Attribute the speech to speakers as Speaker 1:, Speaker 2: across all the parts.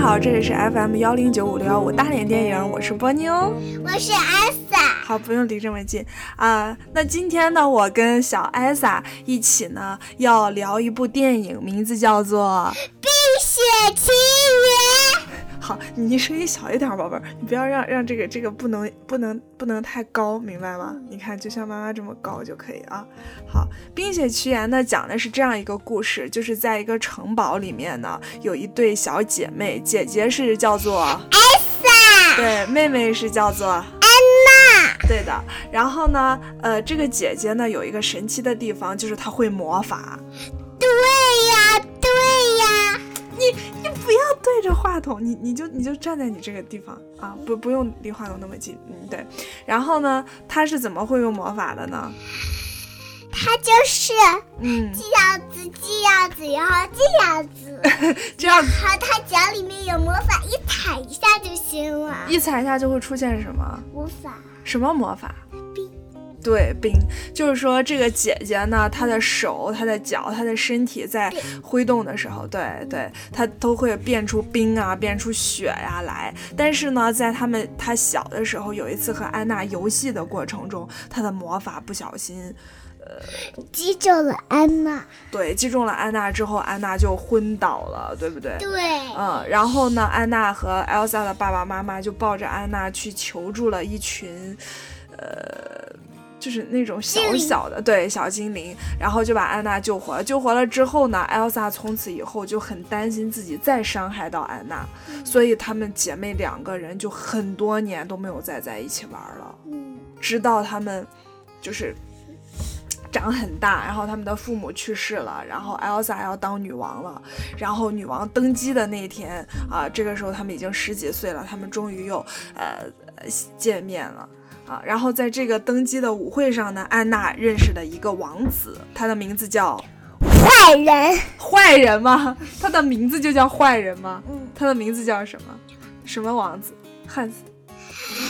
Speaker 1: 好，这里是 FM 幺零九五六幺五大连电影，我是波妞，
Speaker 2: 我是安萨。
Speaker 1: 好，不用离这么近啊、那今天呢，我跟小艾萨一起呢，要聊一部电影，名字叫做……
Speaker 2: 《雪奇缘》
Speaker 1: 好，你声音小一点，宝贝儿，你不要让让这个这个不能不能不能太高，明白吗？你看，就像妈妈这么高就可以啊。好，《冰雪奇缘》呢，讲的是这样一个故事，就是在一个城堡里面呢，有一对小姐妹，姐姐是叫做。 对，妹妹是叫做安娜。对的，然后呢，呃，这个姐姐呢有一个神奇的地方，就是她会魔法。
Speaker 2: 对呀，对呀，
Speaker 1: 你不要对着话筒，你你就你就站在你这个地方啊，不不用离话筒那么近。嗯，对。然后呢，她是怎么会用魔法的呢？
Speaker 2: 它就是
Speaker 1: 嗯，
Speaker 2: 这样子，这样子，然后这样 子，
Speaker 1: 这样
Speaker 2: 然后它脚里面有魔法，一踩一下就行了。
Speaker 1: 一踩一下就会出现什么
Speaker 2: 魔法
Speaker 1: 什么魔法？
Speaker 2: 冰。
Speaker 1: 对，冰就是说这个姐姐呢，她的手、她的脚、她的身体在挥动的时候，对对，她都会变出冰啊，变出雪呀、来。但是呢，在他们她小的时候，有一次和安娜游戏的过程中，她的魔法不小心
Speaker 2: 击中了安娜。
Speaker 1: 对击中了安娜之后，安娜就昏倒了，对不对？
Speaker 2: 对，
Speaker 1: 嗯，然后呢，安娜和 Elsa 的爸爸妈妈就抱着安娜去求助了一群，呃，就是那种小
Speaker 2: 精灵
Speaker 1: 小的对小精灵，然后就把安娜救活了。救活了之后呢，Elsa 从此以后就很担心自己再伤害到安娜，
Speaker 2: 嗯
Speaker 1: 所以她们姐妹两个人就很多年都没有再在一起玩了。
Speaker 2: 嗯，
Speaker 1: 直到他们就是长很大，然后他们的父母去世了，然后 Elsa 要当女王了，然后女王登基的那一天啊、这个时候他们已经十几岁了，他们终于又呃呃见面了。啊，然后在这个登基的舞会上呢，安娜认识了一个王子，他的名字叫
Speaker 2: 坏人。
Speaker 1: 坏人吗？ 他的名字就叫坏人吗？
Speaker 2: 嗯，
Speaker 1: 他的名字叫什么？什么王子？汉斯。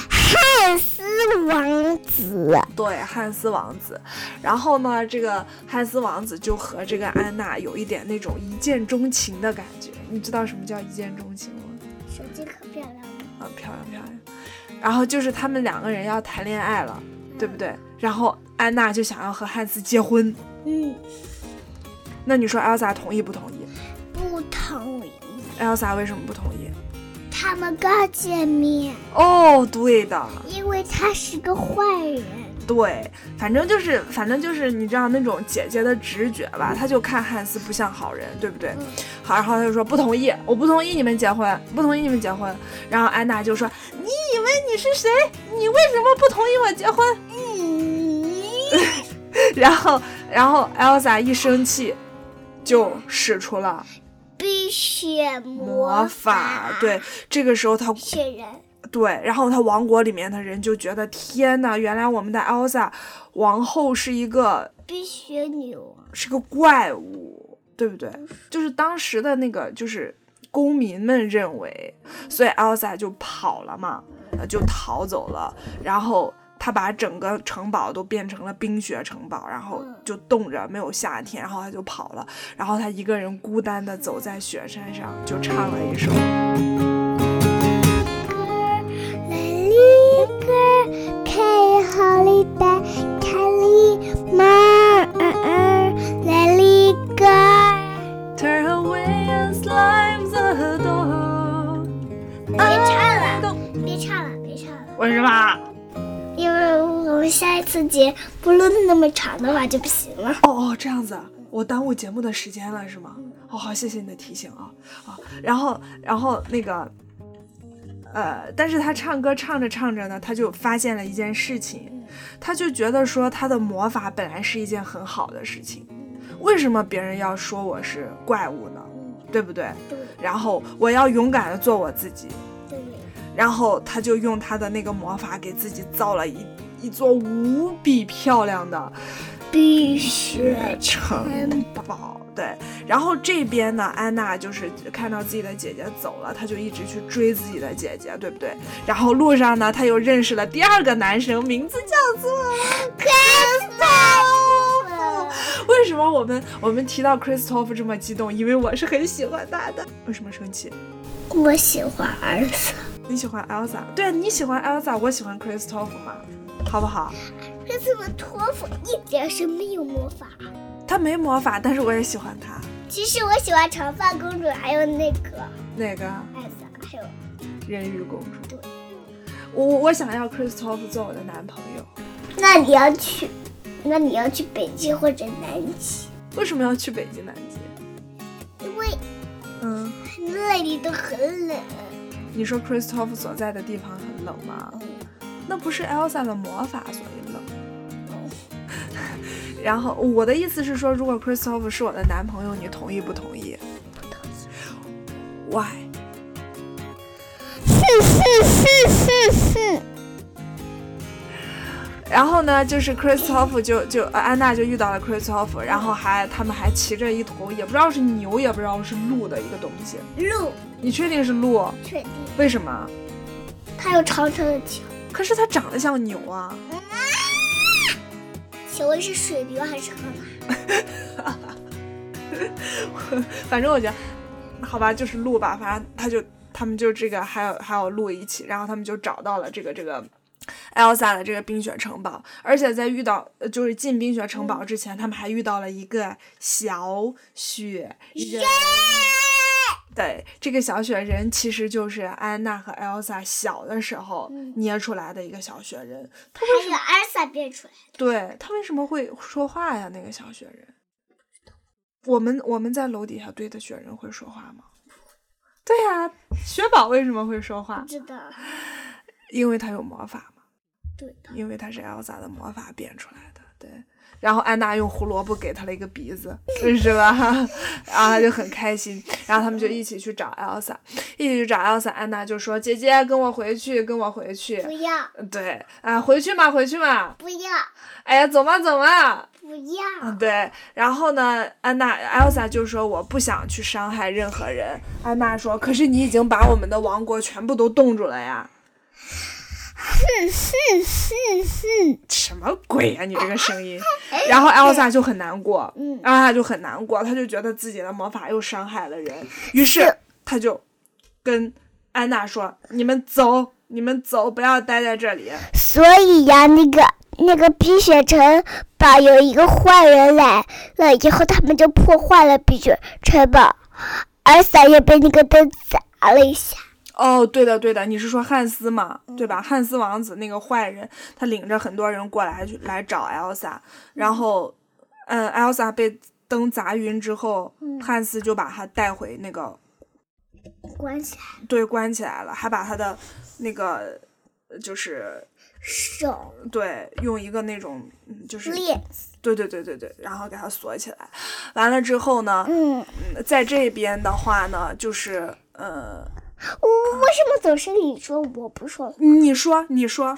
Speaker 2: 汉斯王子。
Speaker 1: 对，汉斯王子。然后呢，这个汉斯王子就和这个安娜有一点那种一见钟情的感觉。你知道什么叫一见钟情吗？
Speaker 2: 手机可漂亮了。
Speaker 1: 啊，漂亮漂亮。然后就是他们两个人要谈恋爱了，对不对？然后安娜就想要和汉斯结婚。
Speaker 2: 嗯，
Speaker 1: 那你说 Elsa 同意不同意
Speaker 2: 不同意。
Speaker 1: ？Elsa 为什么不同意？
Speaker 2: 他们刚见面，
Speaker 1: 哦，对的，
Speaker 2: 因为他是个坏人。
Speaker 1: 对，反正就是，反正就是，你知道那种姐姐的直觉吧，她就看汉斯不像好人，对不对
Speaker 2: 嗯？
Speaker 1: 好，然后她就说不同意，我不同意你们结婚，不同意你们结婚。然后安娜就说：“你以为你是谁？你为什么不同意我结婚
Speaker 2: 嗯，？”
Speaker 1: 然后，然后 Elsa 一生气，就使出了
Speaker 2: 碧血魔
Speaker 1: 魔法。对，这个时候她
Speaker 2: 雪人。
Speaker 1: 对，然后他王国里面的人就觉得天呐，原来我们的 Elsa 王后是一个
Speaker 2: 碧血女王，
Speaker 1: 是个怪物，对不对？就是当时的那个，就是公民们认为，所以 Elsa 就跑了嘛，呃，就逃走了。然后她把整个城堡都变成了冰雪城堡，然后
Speaker 2: 嗯
Speaker 1: 就冻着，没有夏天，然后她就跑了。然后她一个人孤单的走在雪山上，就唱了一首。
Speaker 2: Lily girl, K holiday, Kelly mar, Lily girl。
Speaker 1: Turn away and slams the door.
Speaker 2: 别唱了，别唱了，别唱了，
Speaker 1: 为什么？啊
Speaker 2: 因为我们下一次节不录那么长的话就不行了。
Speaker 1: 哦哦，这样子，啊，我耽误节目的时间了是吗？哦，好，谢谢你的提醒啊啊，然后然后那个，呃，但是他唱歌唱着唱着呢，他就发现了一件事情，他就觉得说他的魔法本来是一件很好的事情，为什么别人要说我是怪物呢？对不对？
Speaker 2: 嗯对
Speaker 1: 然后我要勇敢的做我自己，
Speaker 2: 对，
Speaker 1: 然后他就用他的那个魔法给自己造了一一座无比漂亮的
Speaker 2: 碧血嗯
Speaker 1: 城堡。对，然后这边呢，安娜就是看到自己的姐姐走了，她就一直去追自己的姐姐，对不对？然后路上呢，她又认识了第二个男生，名字叫做 Gustav。 为什么我们我们提到 Christopher 这么激动？因为我是很喜欢他的。为什么生气？
Speaker 2: 我喜欢儿子。
Speaker 1: 你喜欢 Elsa？对啊，你喜欢 Elsa，我喜欢 Christopher 嘛，好不好？
Speaker 2: 可是我托福一点是没有魔法。
Speaker 1: 他没魔法，但是我也喜欢他。
Speaker 2: 其实我喜欢长发公主，还有那个
Speaker 1: 哪个？
Speaker 2: 艾萨，还有
Speaker 1: 人鱼公主。
Speaker 2: 对，
Speaker 1: 我我想要 Christopher 做我的男朋友。
Speaker 2: 那你要去，那你要去北极或者南极，
Speaker 1: 为什么要去北极、南极？
Speaker 2: 因为
Speaker 1: 嗯，
Speaker 2: 那里都很冷。
Speaker 1: 你说 Christopher 所在的地方很冷吗？那不是 Elsa 的魔法所以冷。
Speaker 2: 嗯
Speaker 1: 然后我的意思是说，如果 Christopher 是我的男朋友，你同意不同意
Speaker 2: 不同意。
Speaker 1: ？Why？
Speaker 2: 是是是是是。
Speaker 1: 然后呢，就是 Christopher 就就呃安娜就遇到了 Christopher，然后还他们还骑着一头也不知道是牛也不知道是鹿的一个东西，
Speaker 2: 鹿
Speaker 1: 你确定是鹿？
Speaker 2: 确定，
Speaker 1: 为什么？
Speaker 2: 它有长长的球。
Speaker 1: 可是它长得像牛啊！
Speaker 2: 请问是水牛还是河马？
Speaker 1: 反正我觉得，好吧，就是鹿吧，反正他就他们就这个还有还有鹿一起，然后他们就找到了这个这个 Elsa 的这个冰雪城堡，而且在遇到呃就是进冰雪城堡之前，他们还遇到了一个小雪人。对，这个小雪人其实就是安娜和 Elsa 小的时候捏出来的一个小雪人。
Speaker 2: 还有艾萨变出来。
Speaker 1: 对他为什么会说话呀？那个小雪人，我们我们在楼底下堆的雪人会说话吗？对呀、雪宝为什么会说话
Speaker 2: 不？知道，
Speaker 1: 因为他有魔法嘛，
Speaker 2: 对的。
Speaker 1: 因为他是 Elsa 的魔法变出来的。对，然后安娜用胡萝卜给他了一个鼻子， 是吧？然后他就很开心，然后他们就一起去找 Elsa，一起去找 Elsa。安娜就说：“姐姐，跟我回去，跟我回去
Speaker 2: 不。要”
Speaker 1: 对啊，回去嘛，回去嘛。
Speaker 2: 不要
Speaker 1: 哎呀，走嘛，走嘛。
Speaker 2: 不要！
Speaker 1: 嗯，对。然后呢，安娜 Elsa 就说我不想去伤害任何人。安娜说，可是你已经把我们的王国全部都冻住了呀！
Speaker 2: 是是是是。
Speaker 1: 什么鬼呀、你这个声音！然后 Elsa 就很难过，
Speaker 2: 嗯
Speaker 1: Elsa 就很难过，她就觉得自己的魔法又伤害了人，于是
Speaker 2: 是
Speaker 1: 她就跟安娜说：“你们走，你们走，不要待在这里。”
Speaker 2: 所以呀、那个那个冰雪城堡有一个坏人来了以后，他们就破坏了冰雪城堡，而伞也被那个灯砸了一下。
Speaker 1: 哦，对的，对的，你是说汉斯嘛，对吧？汉斯王子那个坏人，他领着很多人过来去来找 Elsa，然后，嗯，Elsa 被灯砸晕之后，汉斯就把他带回那个
Speaker 2: 关起来
Speaker 1: 对关起来了，还把他的那个就是
Speaker 2: 手
Speaker 1: 对用一个那种嗯就是
Speaker 2: 链子，
Speaker 1: 对对对对对，然后给他锁起来。完了之后呢，
Speaker 2: 嗯，
Speaker 1: 嗯在这边的话呢，就是呃，
Speaker 2: 我为什么总是你说我不说？
Speaker 1: 你说你说，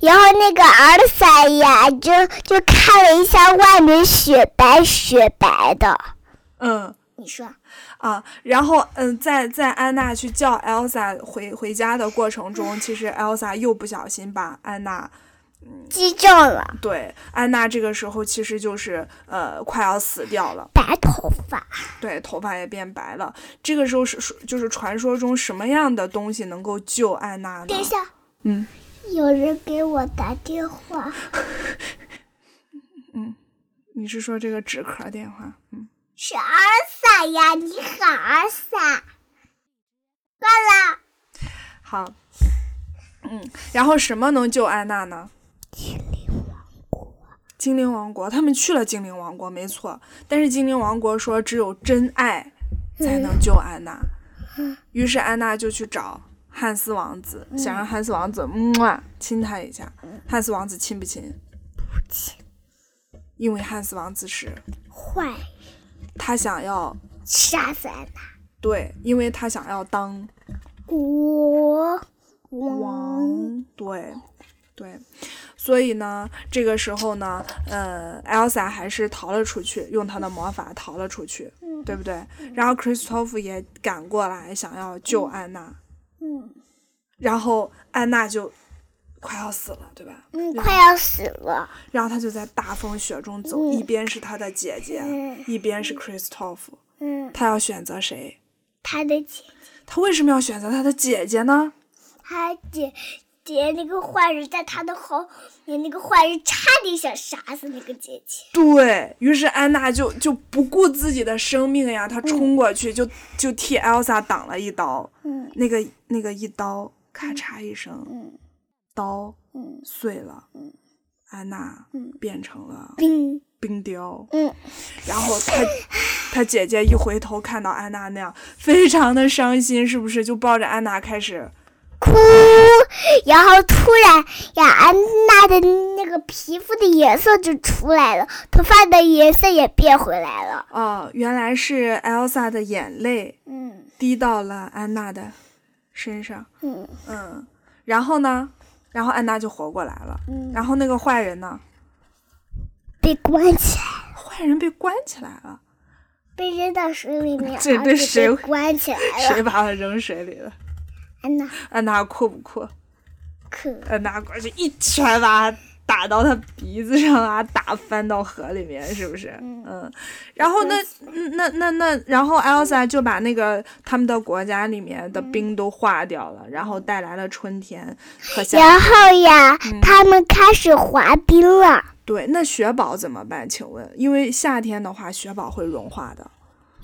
Speaker 2: 然后那个儿伞呀，就就看了一下外面雪白雪白的，
Speaker 1: 嗯。
Speaker 2: 你说
Speaker 1: 啊，然后嗯，在在安娜去叫 Elsa 回回家的过程中，其实 Elsa 又不小心把安娜
Speaker 2: 击中了
Speaker 1: 对安娜这个时候其实就是呃快要死掉了，
Speaker 2: 白头发，
Speaker 1: 对，头发也变白了。这个时候是是就是传说中什么样的东西能够救安娜呢
Speaker 2: 等一？下，
Speaker 1: 嗯，
Speaker 2: 有人给我打电话。
Speaker 1: 你是说这个纸壳电话？嗯，
Speaker 2: 是阿萨呀，你喊阿萨，挂了。
Speaker 1: 好，嗯，然后什么能救安娜呢？精灵王国，他们去了精灵王国，没错。但是精灵王国说只有真爱才能救安娜，于是安娜就去找汉斯王子，想让汉斯王子嗯啊亲她一下。汉斯王子亲不亲？不
Speaker 2: 亲，
Speaker 1: 因为汉斯王子是
Speaker 2: 坏，
Speaker 1: 他想要
Speaker 2: 杀死安娜
Speaker 1: 对，因为他想要当
Speaker 2: 国王。
Speaker 1: 王，对，对，所以呢，这个时候呢，呃，Elsa 还是逃了出去，用她的魔法逃了出去，
Speaker 2: 嗯
Speaker 1: 对不对？然后 Christopher 也赶过来，想要救安娜，
Speaker 2: 嗯，
Speaker 1: 然后安娜就快要死了，对吧？
Speaker 2: 嗯，快要死了。
Speaker 1: 然后他就在大风雪中走，
Speaker 2: 嗯
Speaker 1: 一边是他的姐姐，
Speaker 2: 嗯
Speaker 1: 一边是 Christoph，
Speaker 2: 嗯，
Speaker 1: 他要选择谁？
Speaker 2: 他的姐，
Speaker 1: 他为什么要选择他的姐姐呢？
Speaker 2: 他姐姐那个坏人在他的后面，那个坏人差点想杀死那个姐姐。
Speaker 1: 对于是安娜就就不顾自己的生命呀，她冲过去就就替 Elsa 挡了一刀，
Speaker 2: 嗯
Speaker 1: 那个那个一刀咔嚓一声，
Speaker 2: 嗯
Speaker 1: 刀
Speaker 2: 嗯
Speaker 1: 碎了
Speaker 2: 嗯，
Speaker 1: 安娜
Speaker 2: 嗯
Speaker 1: 变成了
Speaker 2: 嗯
Speaker 1: 冰雕，
Speaker 2: 嗯，
Speaker 1: 然后她她姐姐一回头看到安娜那样，非常的伤心，是不是就抱着安娜开始？
Speaker 2: 哭，然后突然呀，安娜的那个皮肤的颜色就出来了，头发的颜色也变回来了。
Speaker 1: 哦，原来是 Elsa 的眼泪
Speaker 2: 嗯
Speaker 1: 滴到了安娜的身上，
Speaker 2: 嗯
Speaker 1: 嗯，然后呢，然后安娜就活过来了。
Speaker 2: 嗯，
Speaker 1: 然后那个坏人呢？
Speaker 2: 被关起来，
Speaker 1: 坏人被关起来了，
Speaker 2: 被扔到水里面，
Speaker 1: 这
Speaker 2: 然后
Speaker 1: 对
Speaker 2: 就被
Speaker 1: 谁会
Speaker 2: 关起来了？
Speaker 1: 谁把他扔水里了？
Speaker 2: 安娜
Speaker 1: 安娜酷不酷？
Speaker 2: 可
Speaker 1: 安娜过去一拳把他打到他鼻子上啊，打翻到河里面，是不是？
Speaker 2: 嗯
Speaker 1: 嗯。然后那
Speaker 2: 关
Speaker 1: 那那那，然后艾 l 莎就把那个他们的国家里面
Speaker 2: 嗯
Speaker 1: 的冰都化掉了，然后带来了春天和夏。
Speaker 2: 然后呀，他们开始滑冰了，
Speaker 1: 对，那雪宝怎么办？请问，因为夏天的话，雪宝会融化的。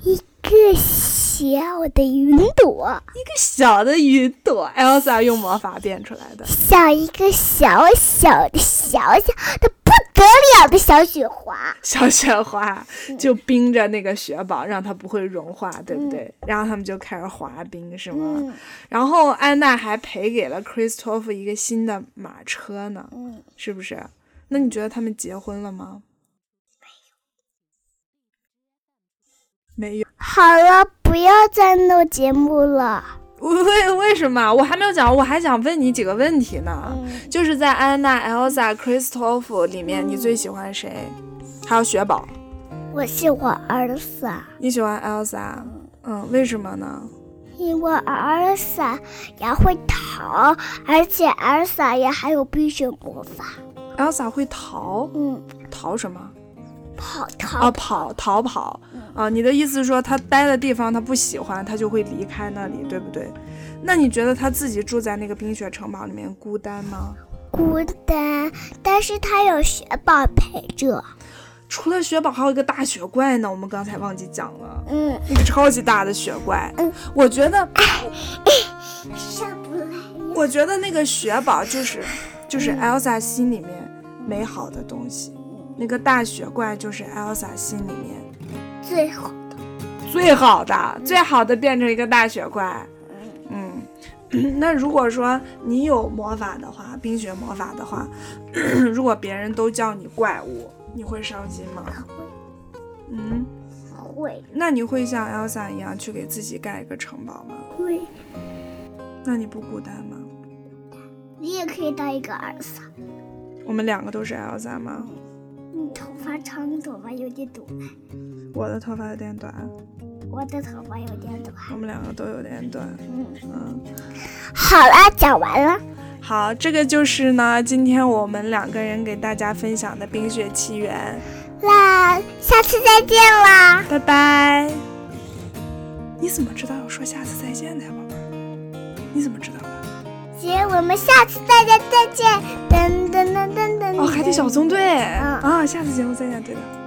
Speaker 2: 一个小的云朵，
Speaker 1: 一个小的云朵，Elsa 哎用魔法变出来的。
Speaker 2: 像一个小小的小小的不得了的小雪花。
Speaker 1: 小雪花
Speaker 2: 嗯
Speaker 1: 就冰着那个雪宝，让它不会融化，对不对？然后他们就开始滑冰，是吗？
Speaker 2: 嗯
Speaker 1: 然后安娜还赔给了 Christoph 一个新的马车呢，
Speaker 2: 嗯，
Speaker 1: 是不是？那你觉得他们结婚了吗？没有，
Speaker 2: 好了，不要再录节目了。
Speaker 1: 为 为为什么？我还没有讲，我还想问你几个问题呢。
Speaker 2: 嗯，
Speaker 1: 就是在安娜、Elsa、Christoph 里面，你最喜欢谁？还有雪宝，
Speaker 2: 我是我儿子，
Speaker 1: 你喜欢 Elsa？嗯，为什么呢？
Speaker 2: 因为儿子也会逃，而且儿子也还有避雪魔法。
Speaker 1: Elsa 会逃，
Speaker 2: 嗯，
Speaker 1: 逃什么？
Speaker 2: 跑
Speaker 1: 啊，
Speaker 2: 嗯逃。
Speaker 1: 跑，逃跑。啊，你的意思是说他待的地方他不喜欢，他就会离开那里，对不对？那你觉得他自己住在那个冰雪城堡里面孤单吗？
Speaker 2: 孤单，但是他有雪宝陪着。
Speaker 1: 除了雪宝，还有一个大雪怪呢，我们刚才忘记讲了，
Speaker 2: 嗯，
Speaker 1: 一个超级大的雪怪。
Speaker 2: 嗯
Speaker 1: 我觉得，
Speaker 2: 上不来呀。
Speaker 1: 我觉得那个雪宝就是就是 Elsa 心里面美好的东西，那个大雪怪就是 Elsa 心里面
Speaker 2: 最后，
Speaker 1: 最好的，最好的变成一个大雪怪。嗯， 那如果说你有魔法的话，冰雪魔法的话， 如果别人都叫你怪物，你会伤心吗？嗯，
Speaker 2: 会
Speaker 1: 那你会像 Elsa 一样去给自己盖一个城堡吗？
Speaker 2: 会，
Speaker 1: 那你不孤单吗？
Speaker 2: 你也可以当一个儿子。
Speaker 1: 我们两个都是 Elsa 吗？
Speaker 2: 你嗯头发长，头发有点短，
Speaker 1: 我的头发有点短，
Speaker 2: 我的头发有点短。
Speaker 1: 我们两个都有点短。
Speaker 2: 嗯，
Speaker 1: 嗯，
Speaker 2: 好了，讲完了。
Speaker 1: 好，这个就是呢，今天我们两个人给大家分享的《冰雪奇缘》。
Speaker 2: 那下次再见啦。
Speaker 1: 拜拜。你怎么知道要说下次再见的呀，宝贝儿？你怎么知道的？
Speaker 2: 姐，我们下次大家再见。噔噔噔噔噔。
Speaker 1: 哦，海底小纵队哦
Speaker 2: 嗯
Speaker 1: 啊，下次节目再见，对的。